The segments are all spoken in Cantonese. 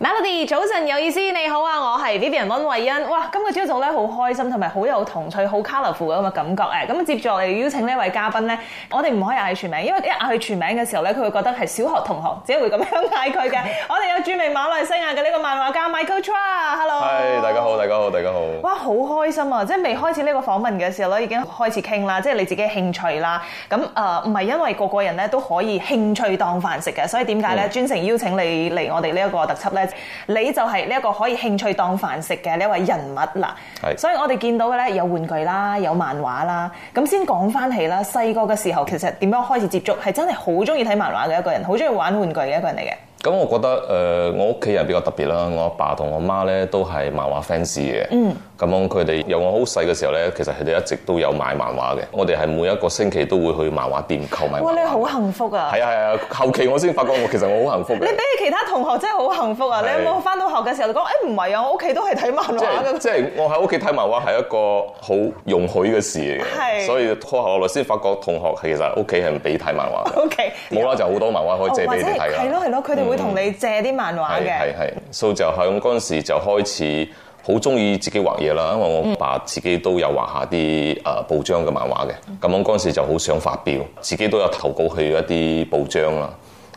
Melody，早晨有意思，你好啊，我係 Vivian 温慧欣。哇，今個朝早咧好開心，同埋好有童趣、好 colourful 嘅咁嘅感覺誒。咁接住落嚟邀請呢位嘉賓咧，我哋唔可以嗌佢全名，因為一嗌佢全名嘅時候咧，佢會覺得係小學同學，只會咁樣嗌 佢嘅。我哋有著名馬來西亞嘅呢個漫畫家 Michael Chua，hello。係，大家好，大家好，大家好。哇，好開心啊！即係未開始呢個訪問嘅時候咧，已經開始傾啦，即係你自己嘅興趣啦。咁誒唔係因為個個人咧都可以興趣當飯食嘅，所以點嗯解咧專程邀請你嚟我哋呢一個特輯咧？你就係呢一個可以興趣當飯食嘅呢一位人物啦。係所以我哋見到嘅咧有玩具啦，有漫畫啦。咁先講翻起啦，細個嘅時候其實點樣開始接觸，係真係好中意睇漫畫嘅一個人，好中意玩玩具嘅一個人嚟嘅。咁我覺得誒、呃我屋企人比較特別啦。我阿爸同我媽咧都係漫畫 fans 嘅。嗯。咁樣佢哋由我好細嘅時候咧，其實佢哋一直都有買漫畫嘅。我哋係每一個星期都會去漫畫店購買漫畫。哇！你好幸福啊！係啊係啊，後期我先發覺我其實我好幸福你嘅比。起其他同學真係好幸福啊！係你有冇翻到學嘅時候就講？誒唔係啊，我屋企都係睇漫即畫係嘅。即係我喺屋企睇漫畫係一個好容許嘅事嚟係嘅，所以拖後來先發覺同學其實屋企係唔俾睇漫畫嘅， O K，冇啦就好多漫畫可以借哦或俾者你哋睇啦。係咯係咯，佢哋會同你借啲漫畫係嘅。係係，所以就喺嗰陣時就開始好中意自己畫嘢啦，因為我爸自己都有畫下啲誒呃報章嘅漫畫嘅，咁我嗰陣時就好想發表，自己都有投稿去一啲報章啦，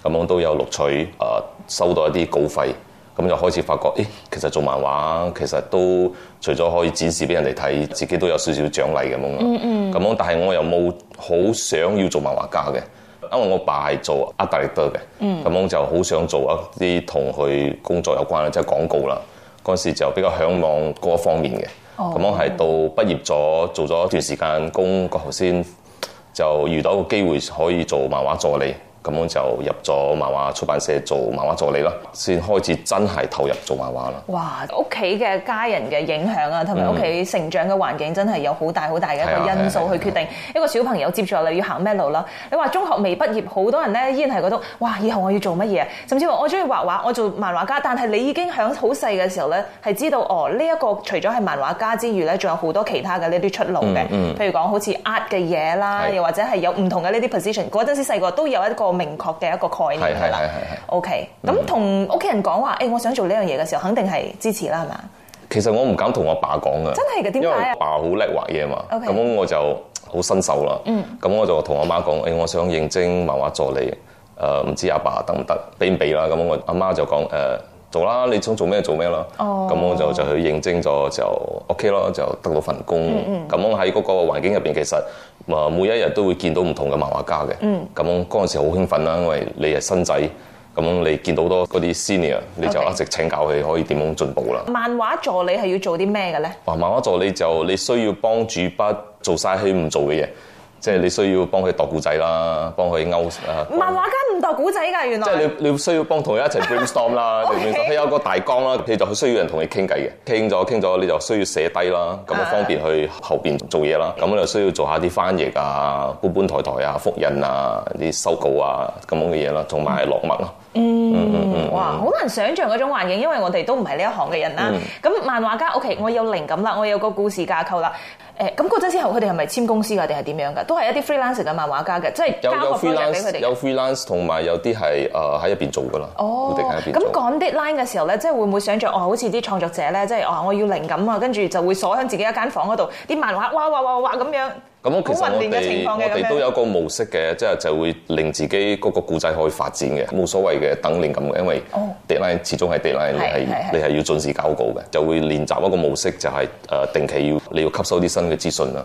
咁我都有錄取誒、呃收到一啲稿費。咁就開始發覺，誒、其實做漫畫其實都除咗可以展示俾人哋睇，自己都有少少獎勵咁樣啦。咁、樣，但係我又冇好想要做漫畫家嘅。因為我爸係做 art director 嘅，咁、我就好想做一啲同佢工作有關嘅，即係廣告啦。嗰陣時就比較向往嗰方面嘅，哦咁、我係到畢業咗做咗一段時間工，頭先就遇到個機會可以做漫畫助理，咁我就入咗漫畫出版社做漫畫助理啦，先開始真係投入做漫畫啦。哇！屋企嘅家人嘅影響啊，同埋屋企成長嘅環境真係有好大好大嘅一個因素嗯係啊係啊去決定一個小朋友接住落嚟要行咩路啦。你話中學未畢業，好多人咧依然係覺得哇，以後我要做乜嘢？甚至話我中意畫畫，我做漫畫家。但係你已經響好細嘅時候咧，係知道哦，呢、一個除咗係漫畫家之餘咧，仲有好多其他嘅呢啲出路嘅。譬如講好似 art 嘅嘢啦，嗯係又或者係有唔同嘅呢啲 position。嗰陣時細個都有一個明確嘅一個概係念係㗎係啦。係係。 O K，咁嗯同屋企人講話，誒、我想做呢樣嘢嘅時候，肯定係支持啦，係嘛？其實我唔敢同我爸講㗎，真係嘅點解因啊為爸好叻畫嘢嘛， OK 嗯咁我就好新手啦。咁我就同我媽講：，誒、我想應徵漫畫助理，誒、唔知阿爸得唔得，俾唔俾啦？咁我阿媽就講：，誒、做啦，你想做咩做咩啦。咁、哦我就就去應徵咗，就 OK 咯，就得到份工。嗯咁、我喺嗰個環境入邊，其實誒每一日都會見到唔同嘅漫畫家嘅。咁、嗯我嗰陣時好興奮啦，因為你係新仔，咁你見到好多嗰啲 senior，你就 OK 一直請教佢可以點樣進步啦。漫畫助理係要做啲咩嘅咧？畫漫畫助理就你需要幫主筆做晒佢唔做嘅嘢，即係你需要幫佢度故仔啦，幫佢勾誒。呃漫畫家唔度古仔㗎，原來即係你你需要幫同佢一齊 brainstorm 啦，你 OK brainstorm 佢有個大綱啦，你就需要人同佢傾偈嘅，傾咗傾咗你就需要寫低啦，咁啊啊方便去後邊做嘢啦，咁你就需要做下啲翻譯啊、搬搬抬抬啊、複印啊、啲收稿啊咁樣嘅嘢啦，同埋落墨咯。嗯哇，好難想像嗰種環境，因為我哋都唔係呢一行嘅人嗯啦。咁、漫畫家，OK，我有靈感啦，我有個故事架構啦。誒，咁嗰陣之後，佢哋係咪簽公司㗎，定係點樣㗎？都係一啲 freelance 嘅漫畫家嘅，即係交有有個 project 俾佢 freelance 哋嘅。有 freelance 同埋有啲係誒呃喺入邊做噶啦，哦固定喺入邊咁做。講 deadline 嘅時候咧，即係會唔會想像哦，好似啲創作者咧，即係哦，我要靈感啊，跟住就會鎖喺自己一間房嗰度，啲漫畫哇哇哇哇咁樣。咁我其實好混我亂嘅情哋況嘅我咁樣哋都有個模式嘅，即係就會令自己嗰個故仔可以發展嘅，冇所謂嘅等靈感嘅，因為哦 deadline 始終係 deadline，你係係係係你係要準時交稿嘅，就會練習一個模式，就係誒定期要你要吸收啲新嘅資訊啦。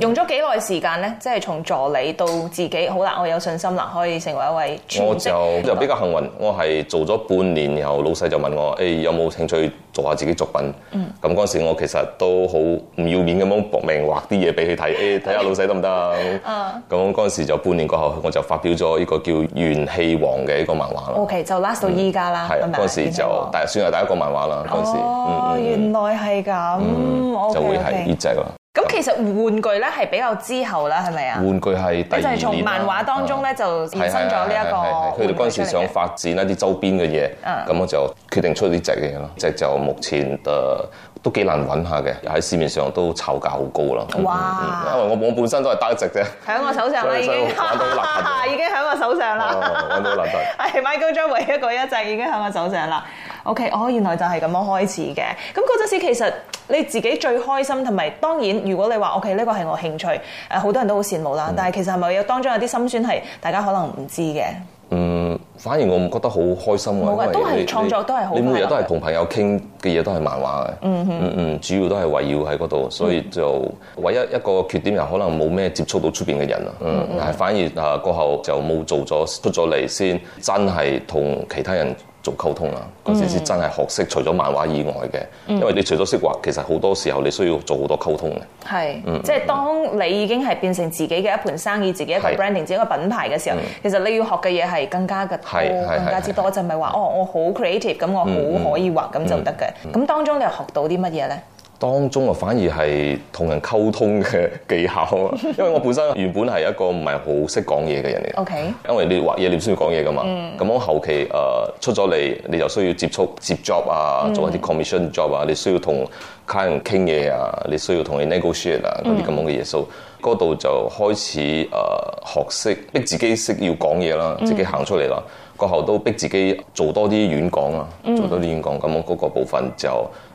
用咗幾耐時間咧？即係從助理到自己，好啦，我有信心啦，可以成為一位全職我就就比較幸運，我係做咗半年，然後老細就問我：，誒、有冇興趣做下自己作品？嗯咁嗰陣時我其實都好唔要面咁樣搏命畫啲嘢俾佢睇，誒、睇 下老細得唔得啊？嗯咁嗰陣時就半年過後，我就發表咗呢個叫《元氣王》嘅一個漫畫啦。 OK，就 last 到依家啦，係啊係咪嗰陣時然就後第算係第一個漫畫啦。嗰陣時、嗯哦，原來係咁就會 OK，OK，係 OK 呢只啦。咁其實玩具咧係比較之後啦，係咪啊？玩具係第你就二係從年啦漫畫當啊中咧就係延伸咗呢一個係係係佢哋嗰陣時想發展一啲周邊嘅嘢，嗯咁我就決定出呢隻嘢咯。隻就目前誒呃都幾難揾下嘅，喺市面上都炒價好高啦。哇嗯因為我我本身都係得一隻啫，喺我手上啦，已經所以所以玩到好難 嘅已經喺我手上啦。哦揾到難得。 係 Michael Jordan 一個一隻已經喺我手上啦。 OK，哦，原來就係咁樣開始嘅。咁嗰陣時其實你自己最開心，同埋當然如果你話 OK 呢個係我興趣，誒好多人都好羨慕嗯啦。但係其實係咪有當中有啲心酸係大家可能唔知嘅？嗯，反而我唔覺得好開心啊，冇啊因為都係你創作都係好你每快樂日都係嘅同朋友傾嘅嘢都係漫畫嘅，嗯嗯主要都係圍繞喺嗰度，所以就唯一一個缺點又可能冇咩接觸到出邊嘅人啦，嗯，但係反而啊過後就冇做咗出咗嚟先，真係同其他人。做溝通啦，嗰嗯時先真係學識除咗漫畫以外嘅，因為你除咗識畫，其實好多時候你需要做好多溝通嘅。係，嗯即係當你已經係變成自己嘅一盤生意、自己一個係嗯 branding、自己一個品牌嘅時候，其實你要學嘅嘢係更加嘅係多、係嗯更加之多，就唔係話哦，我好 creative，咁我好可以畫咁就得嘅。咁當中你又學到啲乜嘢咧？當中啊，反而係同人溝通嘅技巧啊，因為我本身原本係一個唔係好識講嘢嘅人嚟嘅。 OK 因為你畫嘢，你先要講嘢噶嘛。咁、我後期誒、呃出咗嚟，你就需要接觸接 job 啊，做一啲 commission job 啊，你需要同 client 傾嘢啊，你需要同佢 negotiate 啊嗰啲咁樣嘅嘢，所以嗰度就開始誒、呃、學識逼自己識要講嘢啦，自己行出嚟啦。過後都逼自己做多啲演講啊，做多啲演講，咁我嗰個部分就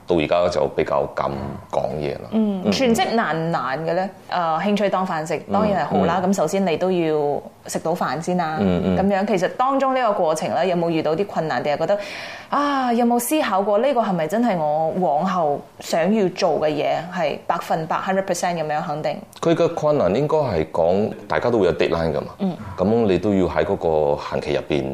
到而家就比較敢講嘢啦。全職難唔難嘅咧？誒、興趣當飯食當然係好啦。咁、首先你都要食到飯先啦。咁、樣其實當中呢個過程咧，有冇遇到啲困難？定係覺得啊，有冇思考過呢個係咪真係我往後想要做嘅嘢？係百分百 hundred percent 咁樣肯定。佢嘅困難應該係講大家都會有 deadline 噶嘛，咁、你都要喺嗰個限期入邊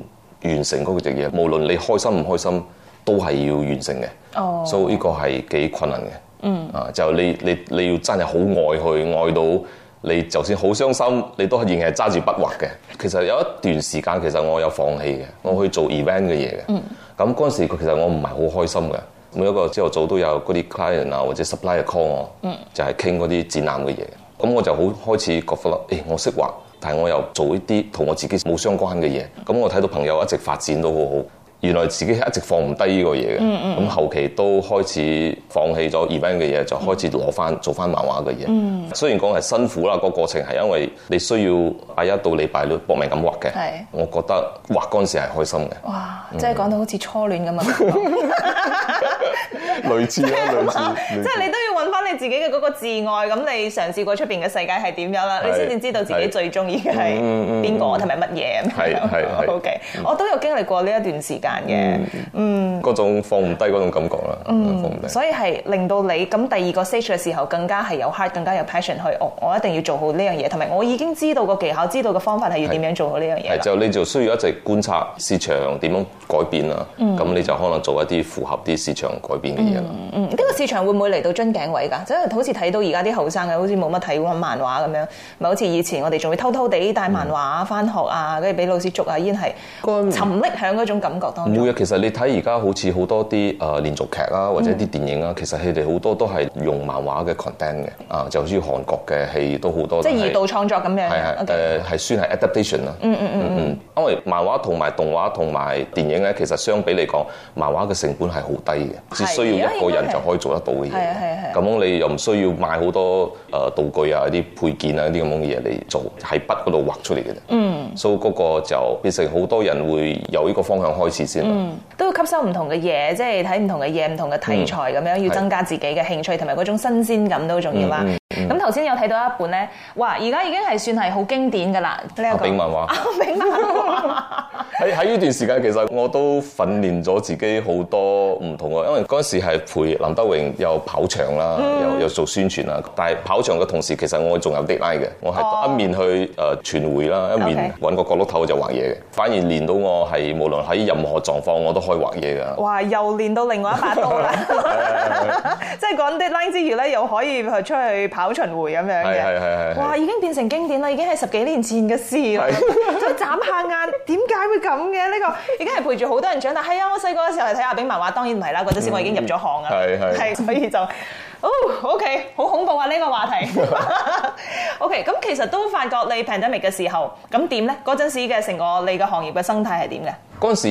完成嗰隻嘢，無論你開心唔開心，都係要完成嘅。哦所以呢個係幾困難嘅。嗯，啊，就你你你要真係好愛佢，愛到你就算好傷心，你都仍然係揸住筆畫嘅。其實有一段時間，其實我有放棄嘅，我去做 event 嘅嘢嘅。嗯，咁嗰陣時其實我唔係好開心嘅。每一個朝頭早都有嗰啲 client 啊或者 supplier call 我，嗯、就係傾嗰啲展覽嘅嘢。咁我就好開始覺得啦，誒、我識畫，但係我又做一啲同我自己冇相關嘅嘢。咁我睇到朋友一直發展都好好，原來自己係一直放唔低呢個嘢嘅。咁、後期都開始放棄咗 event 嘅嘢，就開始攞翻做翻漫畫嘅嘢。雖然講係辛苦啦，個過程係因為你需要拜一到禮拜六搏命咁畫嘅係。我覺得畫嗰陣時係開心嘅。哇！即係講到好似初戀咁啊！ 類似啦，類 似。即係你都要揾翻你自己嘅嗰個自愛，咁你嘗試過出邊嘅世界係點樣啦，係你先至知道自己係嗯最中意嘅係邊個同埋乜嘢。係 係係嗯 O K，我都有經歷過呢一段時間嘅。嗰種放唔低嗰種感覺啦，放唔低。所以係令到你咁第二個 stage 嘅時候，更加係有 heart，更加有 passion 去，我我一定要做好呢樣嘢，同埋我已經知道個技巧，知道個方法係要點樣做好呢樣嘢係啦。就你就需要一直觀察市場點樣改變啦，咁、你就可能做一啲符合啲市場改變嘅嘢啦。嗯，呢、個市場會唔會嚟到樽頸位㗎？即係好似睇到而家啲後生嘅，好似冇乜睇嗰個漫畫咁樣，咪好似以前我哋仲會偷偷地帶漫畫翻學啊，跟住俾老師捉啊，已經係沉溺喺嗰種感覺當每中。日其實你睇而家好似好多啲誒、呃、連續劇啊，或者啲電影嗯啊，其實佢哋好多都係用漫畫嘅 content 嘅，啊，就好似韓國嘅戲都好多即都係，係二度創作咁樣。係係 OK 誒係算係 adaptation 啦。嗯嗯嗯嗯，因為漫畫同埋動畫同埋電影咧，其實相比嚟講，漫畫嘅成本係好低嘅，只需要一個人就可以做得到嘅係啊係啊係啊嘢。咁你又唔需要買好多誒道具啊、啲配件啊、啲咁樣嘅嘢嚟做，喺筆嗰度畫出嚟嘅啫。嗯，所以嗰個就變成好多人會由呢個方向開始先啦。都要吸收唔同嘅嘢，即係睇唔同嘅嘢、唔同嘅題材咁樣，要增加自己嘅興趣同埋嗰種新鮮感都好重要嗯啦。咁頭先有睇到一本咧，哇！而家已經係算係好經典噶啦，呢一阿個啊炳漫畫。 阿炳漫 畫喺喺呢段時間，其實我都訓練咗自己好多唔同嘅，因為嗰陣時係陪林德榮又跑場啦，嗯又又做宣傳啦。但係跑場嘅同時，其實我仲有 deadline 嘅，我哦係一面去誒傳媒啦，一面揾個角落頭就畫嘢嘅。反而練到我係無論喺任何狀況，我都可以畫嘢㗎。哇！又練到另外一把刀 啦， 即係講 deadline 之餘咧，又可以去出去跑巡迴咁樣係係嘅。係係哇！係。已經變成經典啦，已經係十幾年前嘅事啦。 再眨下眼，點解會咁嘅？呢、個已經係陪住好多人長大。係啊，我細個嘅時候係睇阿炳漫畫，當然唔係啦，嗰陣時我已經入咗行㗎啦。嗯係係係，所以就哦，OK，好恐怖啊呢、個話題。OK，咁其實都發覺你 pandemic 嘅時候，咁點咧？嗰陣時嘅成個你嘅行業嘅生態係點嘅？嗰陣時誒，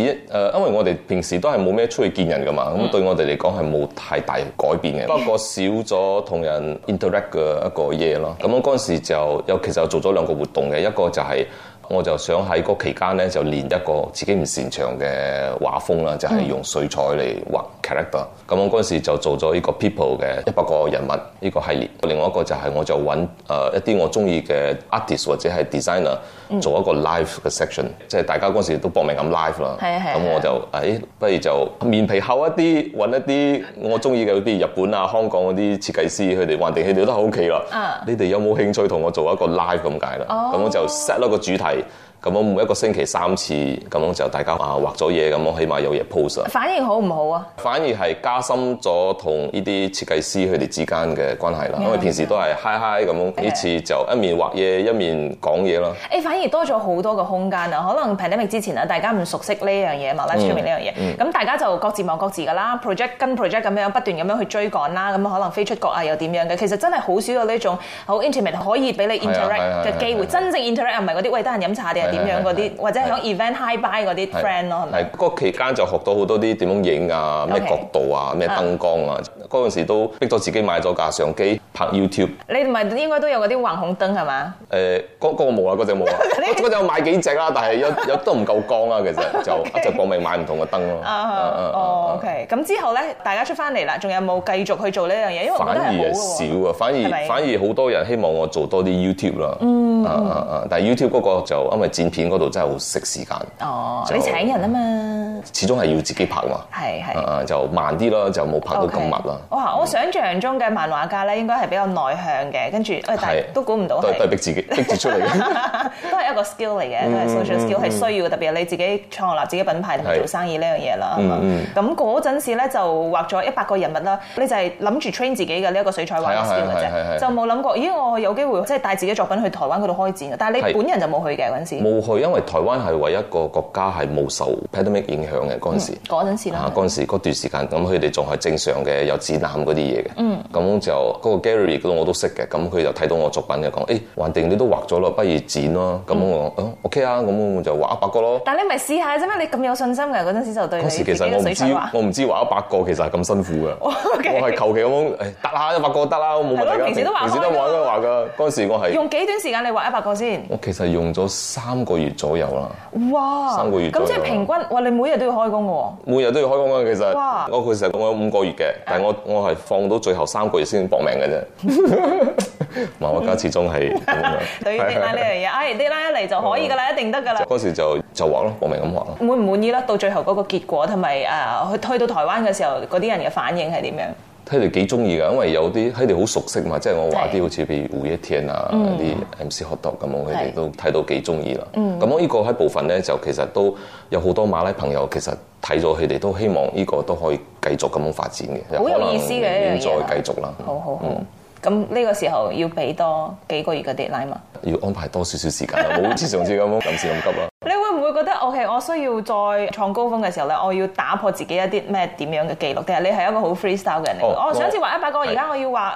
因為我哋平時都係冇咩出去見人㗎嘛，咁對我哋嚟講係冇太大改變嘅，不過少咗同人 interact 嘅一個嘢咯。咁我嗰陣時就有其實有做咗兩個活動嘅，一個就係我就想喺嗰期間咧就練一個自己唔擅長嘅畫風啦，就嗯係、用水彩嚟畫 character。咁我嗰陣時就做咗呢個 people 嘅一百個人物呢個系列。另外一個就係我就揾誒、呃一啲我中意嘅 artist 或者係 designer 嗯做一個 live 嘅 section，即係大家嗰陣時都搏命咁 live 啦。係啊係啊咁我就誒、哎不如就面皮厚一啲，揾一啲我中意嘅，譬如日本啊、香港嗰啲設計師，佢哋橫掂佢哋都喺屋企啦。啊你哋有冇興趣同我做一個 live 咁解啦？哦咁、我就 set 一個主題，咁我每一個星期三次，咁我就大家啊畫咗嘢，咁我起碼有嘢 post 啦。反應好唔好啊？反而係加深咗同呢啲設計師佢哋之間嘅關係啦，因為平時都係嗨嗨咁，呢次就一面畫嘢一面講嘢啦。誒反而多咗好多個空間啊！可能 pandemic 之前啊，大家唔熟悉呢樣嘢嘛，live streaming 呢樣嘢，嗯咁大家就各自忙各自噶啦，project 跟 project 咁樣不斷咁樣去追趕啦，咁可能飛出國啊又點樣嘅，其實真係好少有呢種好 intimate 可以俾你係啊係 interact 啊嘅機係會，啊真正 interact 啊唔係嗰啲喂得閒飲茶定係點樣嗰係係係啊啲，係或者響 event high by 嗰啲 friend 咯，係咪？係嗰期間就學到好多啲點樣影啊，咩 OK 角度啊，咩燈光啊。嗰陣時都逼咗自己買咗架相機拍 YouTube。你唔係應該都有嗰啲橫孔燈係嘛？誒，嗰嗰個冇啊，嗰 只冇啊，嗰嗰隻我買幾隻啦，但係有 有都唔夠光啊，其 實就 OK 一隻搏命買唔同嘅燈咯。啊嗯嗯嗯哦，OK，咁之後咧，大家出翻嚟啦，仲有冇繼續去做呢樣嘢？因為我覺反得係而好嘅係喎。少啊，反係咪而反而好多人希望我做多啲 YouTube 啦。嗯，啊啊啊！但係 YouTube 嗰個就因為剪片嗰度真係好食時間，哦，就你請人啊嘛，始終係要自己拍嘛。係係啊。啊，就慢啲啦，就冇拍到咁密啦。嗯哇！我想象中嘅漫畫家咧，應該係比較內向嘅，跟住誒，但係都估唔到都係都係係。逼自己逼住出嚟嘅。 都係一個 skill 嚟嗯嘅，都係 social skill 係需要嘅，特別係你自己創立自己品牌同埋係嗯做生意呢樣嘢啦。係嘛咁嗰陣時咧就畫咗一百個人物啦，你就係諗住 train 自己嘅呢一個水彩畫係嘅啊 skill 嘅係係係啫，係就冇諗過，咦我有機會即係帶自己作品去台灣嗰度開展嘅，但係你係本人就冇去嘅嗰陣時，冇去，因為台灣係唯一一個國家係冇受 pandemic 影響嘅嗰陣時。嗰陣時啦啊！。嗰陣時嗰段時間，咁佢哋仲係正常嘅有展覽嗰啲嘢嘅。嗯，咁就嗰個 gallery 嗰度我都識嘅，咁佢就睇到我作品就講：，誒、橫掂你都畫咗啦，不如展咯。咁我嗯 OK 啊，咁我就畫一百個咯。但係你咪試下啫咩？你咁有信心嘅嗰陣時就對你嗰自時己其實我嘅唔水彩畫哦知，。我唔知畫一百個其實係咁辛苦 嘅。OK 我係求其咁樣，誒得啦，一百個得啦，我冇問係咯題㗎。平時都畫平時都開㗎玩嘛嘅畫㗎。嗰陣時我係用幾短時間你畫一百個先？我其實用咗三個月左右啦。哇！三個月咁左右即係平均，哇！你每日都要開工嘅喎。每日都要開工啊！其實哇啊我佢成日講我有五個月嘅，但係我我係放到最後三個月先搏命嘅啫。 漫畫家始終係咁樣。 對於 deadline 呢樣嘢，唉 deadline 一嚟就可以㗎啦，一定得㗎啦就。嗰時就就畫咯，搏命咁畫咯。滿唔滿意啦？到最後嗰個結果同埋誒去推到台灣嘅時候，嗰啲人嘅反應係點樣？佢哋幾中意㗎，因為有啲佢哋好熟悉嘛，即係我畫係嗯啲好似譬如胡一天啊啲 MC Hot Dog 咁，係佢嗯哋都睇到幾中意啦。咁我呢個喺部分咧，就其實都有好多馬拉朋友其實睇咗佢哋都希望呢個都可以繼續咁樣發展嘅，好有可能意思嘅一樣嘢啊再繼續啦。好好好。嗯咁呢個時候要俾多幾個月嘅 deadline 嘛？要安排多少少時間啦，冇好似上次咁樣咁事咁急啊啦。你會唔會覺得 OK？我需要再創高峰嘅時候咧，我要打破自己一啲咩點樣嘅記錄？定係你係一個好 freestyle 嘅人嚟嘅？哦我上次我畫一百個，而家我要畫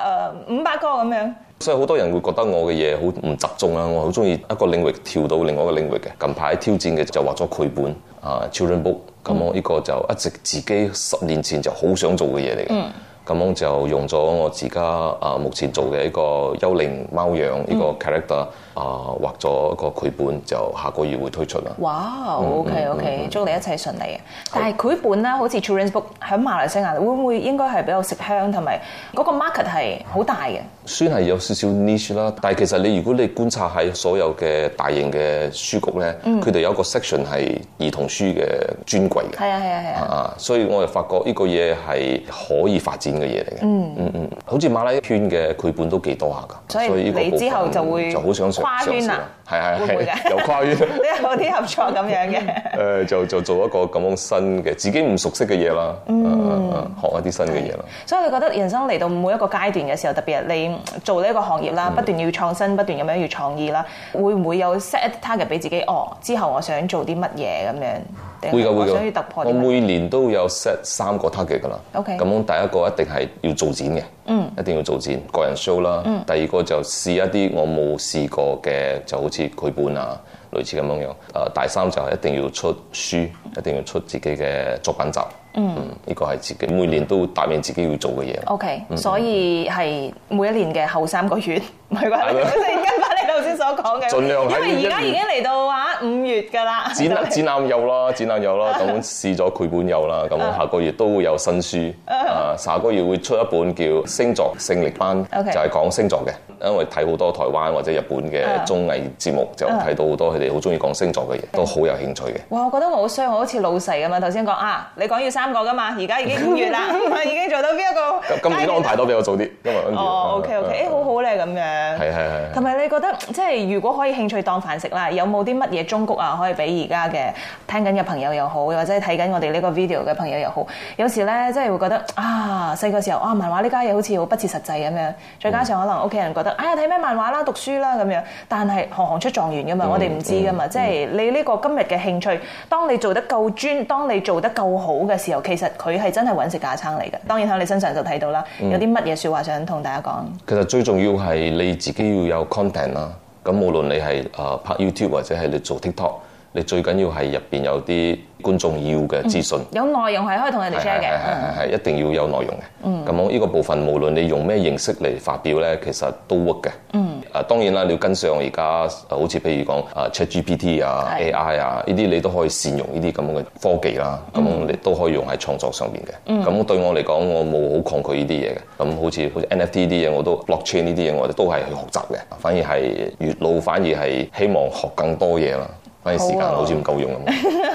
誒五百個咁樣。所以好多人會覺得我嘅嘢好唔集中啊啦，我好中意一個領域跳到另外一個領域嘅。近排挑戰嘅就畫咗繪本啊 children book，咁我呢個就一直自己十年前就好想做嘅嘢嚟嘅。咁我就用咗我自家啊目前做嘅一個幽靈貓樣呢個 character 啊畫咗一個繪本，就下個月會推出啦。哇，OK 嗯 OK，祝你一切順利嘅。但係繪本咧，好似 children's book 喺馬來西亞，會唔會應該係比較食香，同埋嗰個 market 係好大嘅？算係有少少 niche 啦，但係其實你如果你觀察喺所有嘅大型嘅書局咧，嗯佢哋、有一個 section 係兒童書嘅專櫃嘅。係啊係啊係啊，啊，所以我就發覺呢個嘢係可以發展嘅嘢嚟嘅。嗯嗯嗯，好似馬拉圈嘅繪本都幾多下㗎，所以呢個你部分之後就會就好想嘗跨圈嘗試啦啦，係係會唔會㗎 係又跨圈。都有啲合作咁樣嗯嘅。誒就就做一個咁樣新嘅自己唔熟悉嘅嘢啦，嗯、啊學一啲新嘅嘢啦。所以你覺得人生嚟到每一個階段嘅時候，特別係你做呢一個行業嗯啦，不斷要創新，不斷咁樣要創意啦，會唔會有 set 一啲 target 俾自己？哦，之後我想做啲乜嘢咁樣？定係會㗎會我㗎，想要突破我啲乜？每年都有 set 三個 target 㗎啦。 OK 咁第一個一定係要做展嘅，嗯，一定要做展個人 show 啦。嗯第二個就試一啲我冇試過嘅，就好似繪本啊，類似咁樣樣。誒、第三就係一定要出書，一定要出自己嘅作品集。嗯，呢、個係自己每年都答應自己要做嘅嘢。 O K，所以係每一年嘅後三個月 唔係啩？你突然間把你頭先所講嘅，盡量喺因為而家一年已經嚟到話五月㗎啦，展就啊展嚟覽有啦，展覽有啦，咁試咗繪本有啦，咁啊我下個月都會有新書，啊下個月會出一本叫《星座勝力班》， OK 就係講星座嘅，因為睇好多台灣或者日本嘅啊綜藝節目，就睇到好多佢哋好中意講星座嘅嘢，都好有興趣嘅。 哇！我覺得我好衰，我好似老細咁啊！頭先講啊，你講要三個㗎嘛，而家已經五月 啦，啊已經做到邊一個咁今年安排得比較早啲，因為跟住啊哦，OK 嗯 OK，誒好好咧咁樣。係係係。同埋你覺得即係如果可以興趣當飯食啦，有冇啲乜嘢忠告啊可以俾而家嘅聽緊嘅朋友又好，又或者係睇緊我哋呢個 video 嘅朋友又好？有時咧即係會覺得啊，細個時候啊漫畫呢家嘢好似好不切實際咁樣，再加上可能屋企人覺得哎呀睇咩漫畫啦、讀書啦咁樣，但係行行出狀元噶嘛，我哋唔知噶嘛，即係你呢個今日嘅興趣，當你做得夠專，當你做得夠好嘅時候，其實佢係真係揾食架撐嚟嘅。當然喺你身上就睇到啦，有啲乜嘢説話想同大家講？其實最重要係你自己要有 content 啦。咁無論你係啊拍 YouTube 或者係你做 TikTok，你最緊要係入邊有啲觀眾要嘅資訊。有內容係可以同人哋係 share 係嘅。係嗯係係，一定要有內容嘅。咁我呢個部分，無論你用咩形式嚟發表咧，其實都 work 嘅。嗯。啊，當然啦，你要跟上而家啊好似譬如講啊 ChatGPT 啊、係 AI 啊，呢啲你都可以善用呢啲咁嘅科技啦。嗯咁你都可以用喺創作上邊嘅。咁對我嚟講，我冇好抗拒呢啲嘢嘅。咁好似好似 NFT 啲嘢，我都 blockchain 呢啲嘢，我哋都係去學習嘅。反而係越老，反而係希望學更多嘢啦。反而時間好啊好似唔夠用 咁。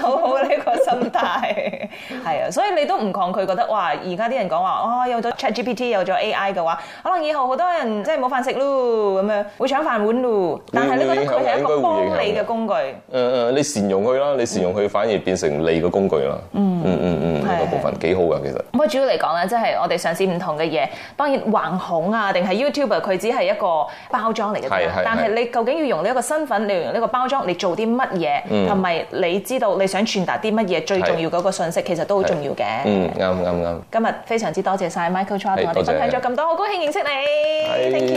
好好呢個心態，係啊，所以你都唔抗拒，覺得哇！而家啲人講話，哦，有咗 ChatGPT，有咗 AI 嘅話，可能以後好多人即係冇飯食咯，咁樣會搶飯碗咯。但係你覺得佢係一個幫你嘅工具，誒誒、呃你善用佢啦，你善用佢反而變成你嘅工具啦。嗯嗯嗯嗯，呢係個部分幾好噶，其實。咁啊主要嚟講咧，即係我哋嘗試唔同嘅嘢。當然橫恐啊，定係 YouTuber 佢只係一個包裝嚟嘅啫係係。但係係你究竟要用呢一個身份，你要用呢個包裝，你做啲乜嗯嘢，同埋你知道你想傳達啲乜嘢，最重要嗰個信息其實都好重要嘅。嗯，啱啱啱。今日非常之多謝晒 Michael Chua 同我係哋多謝分享咗咁多，好高興認識你，thank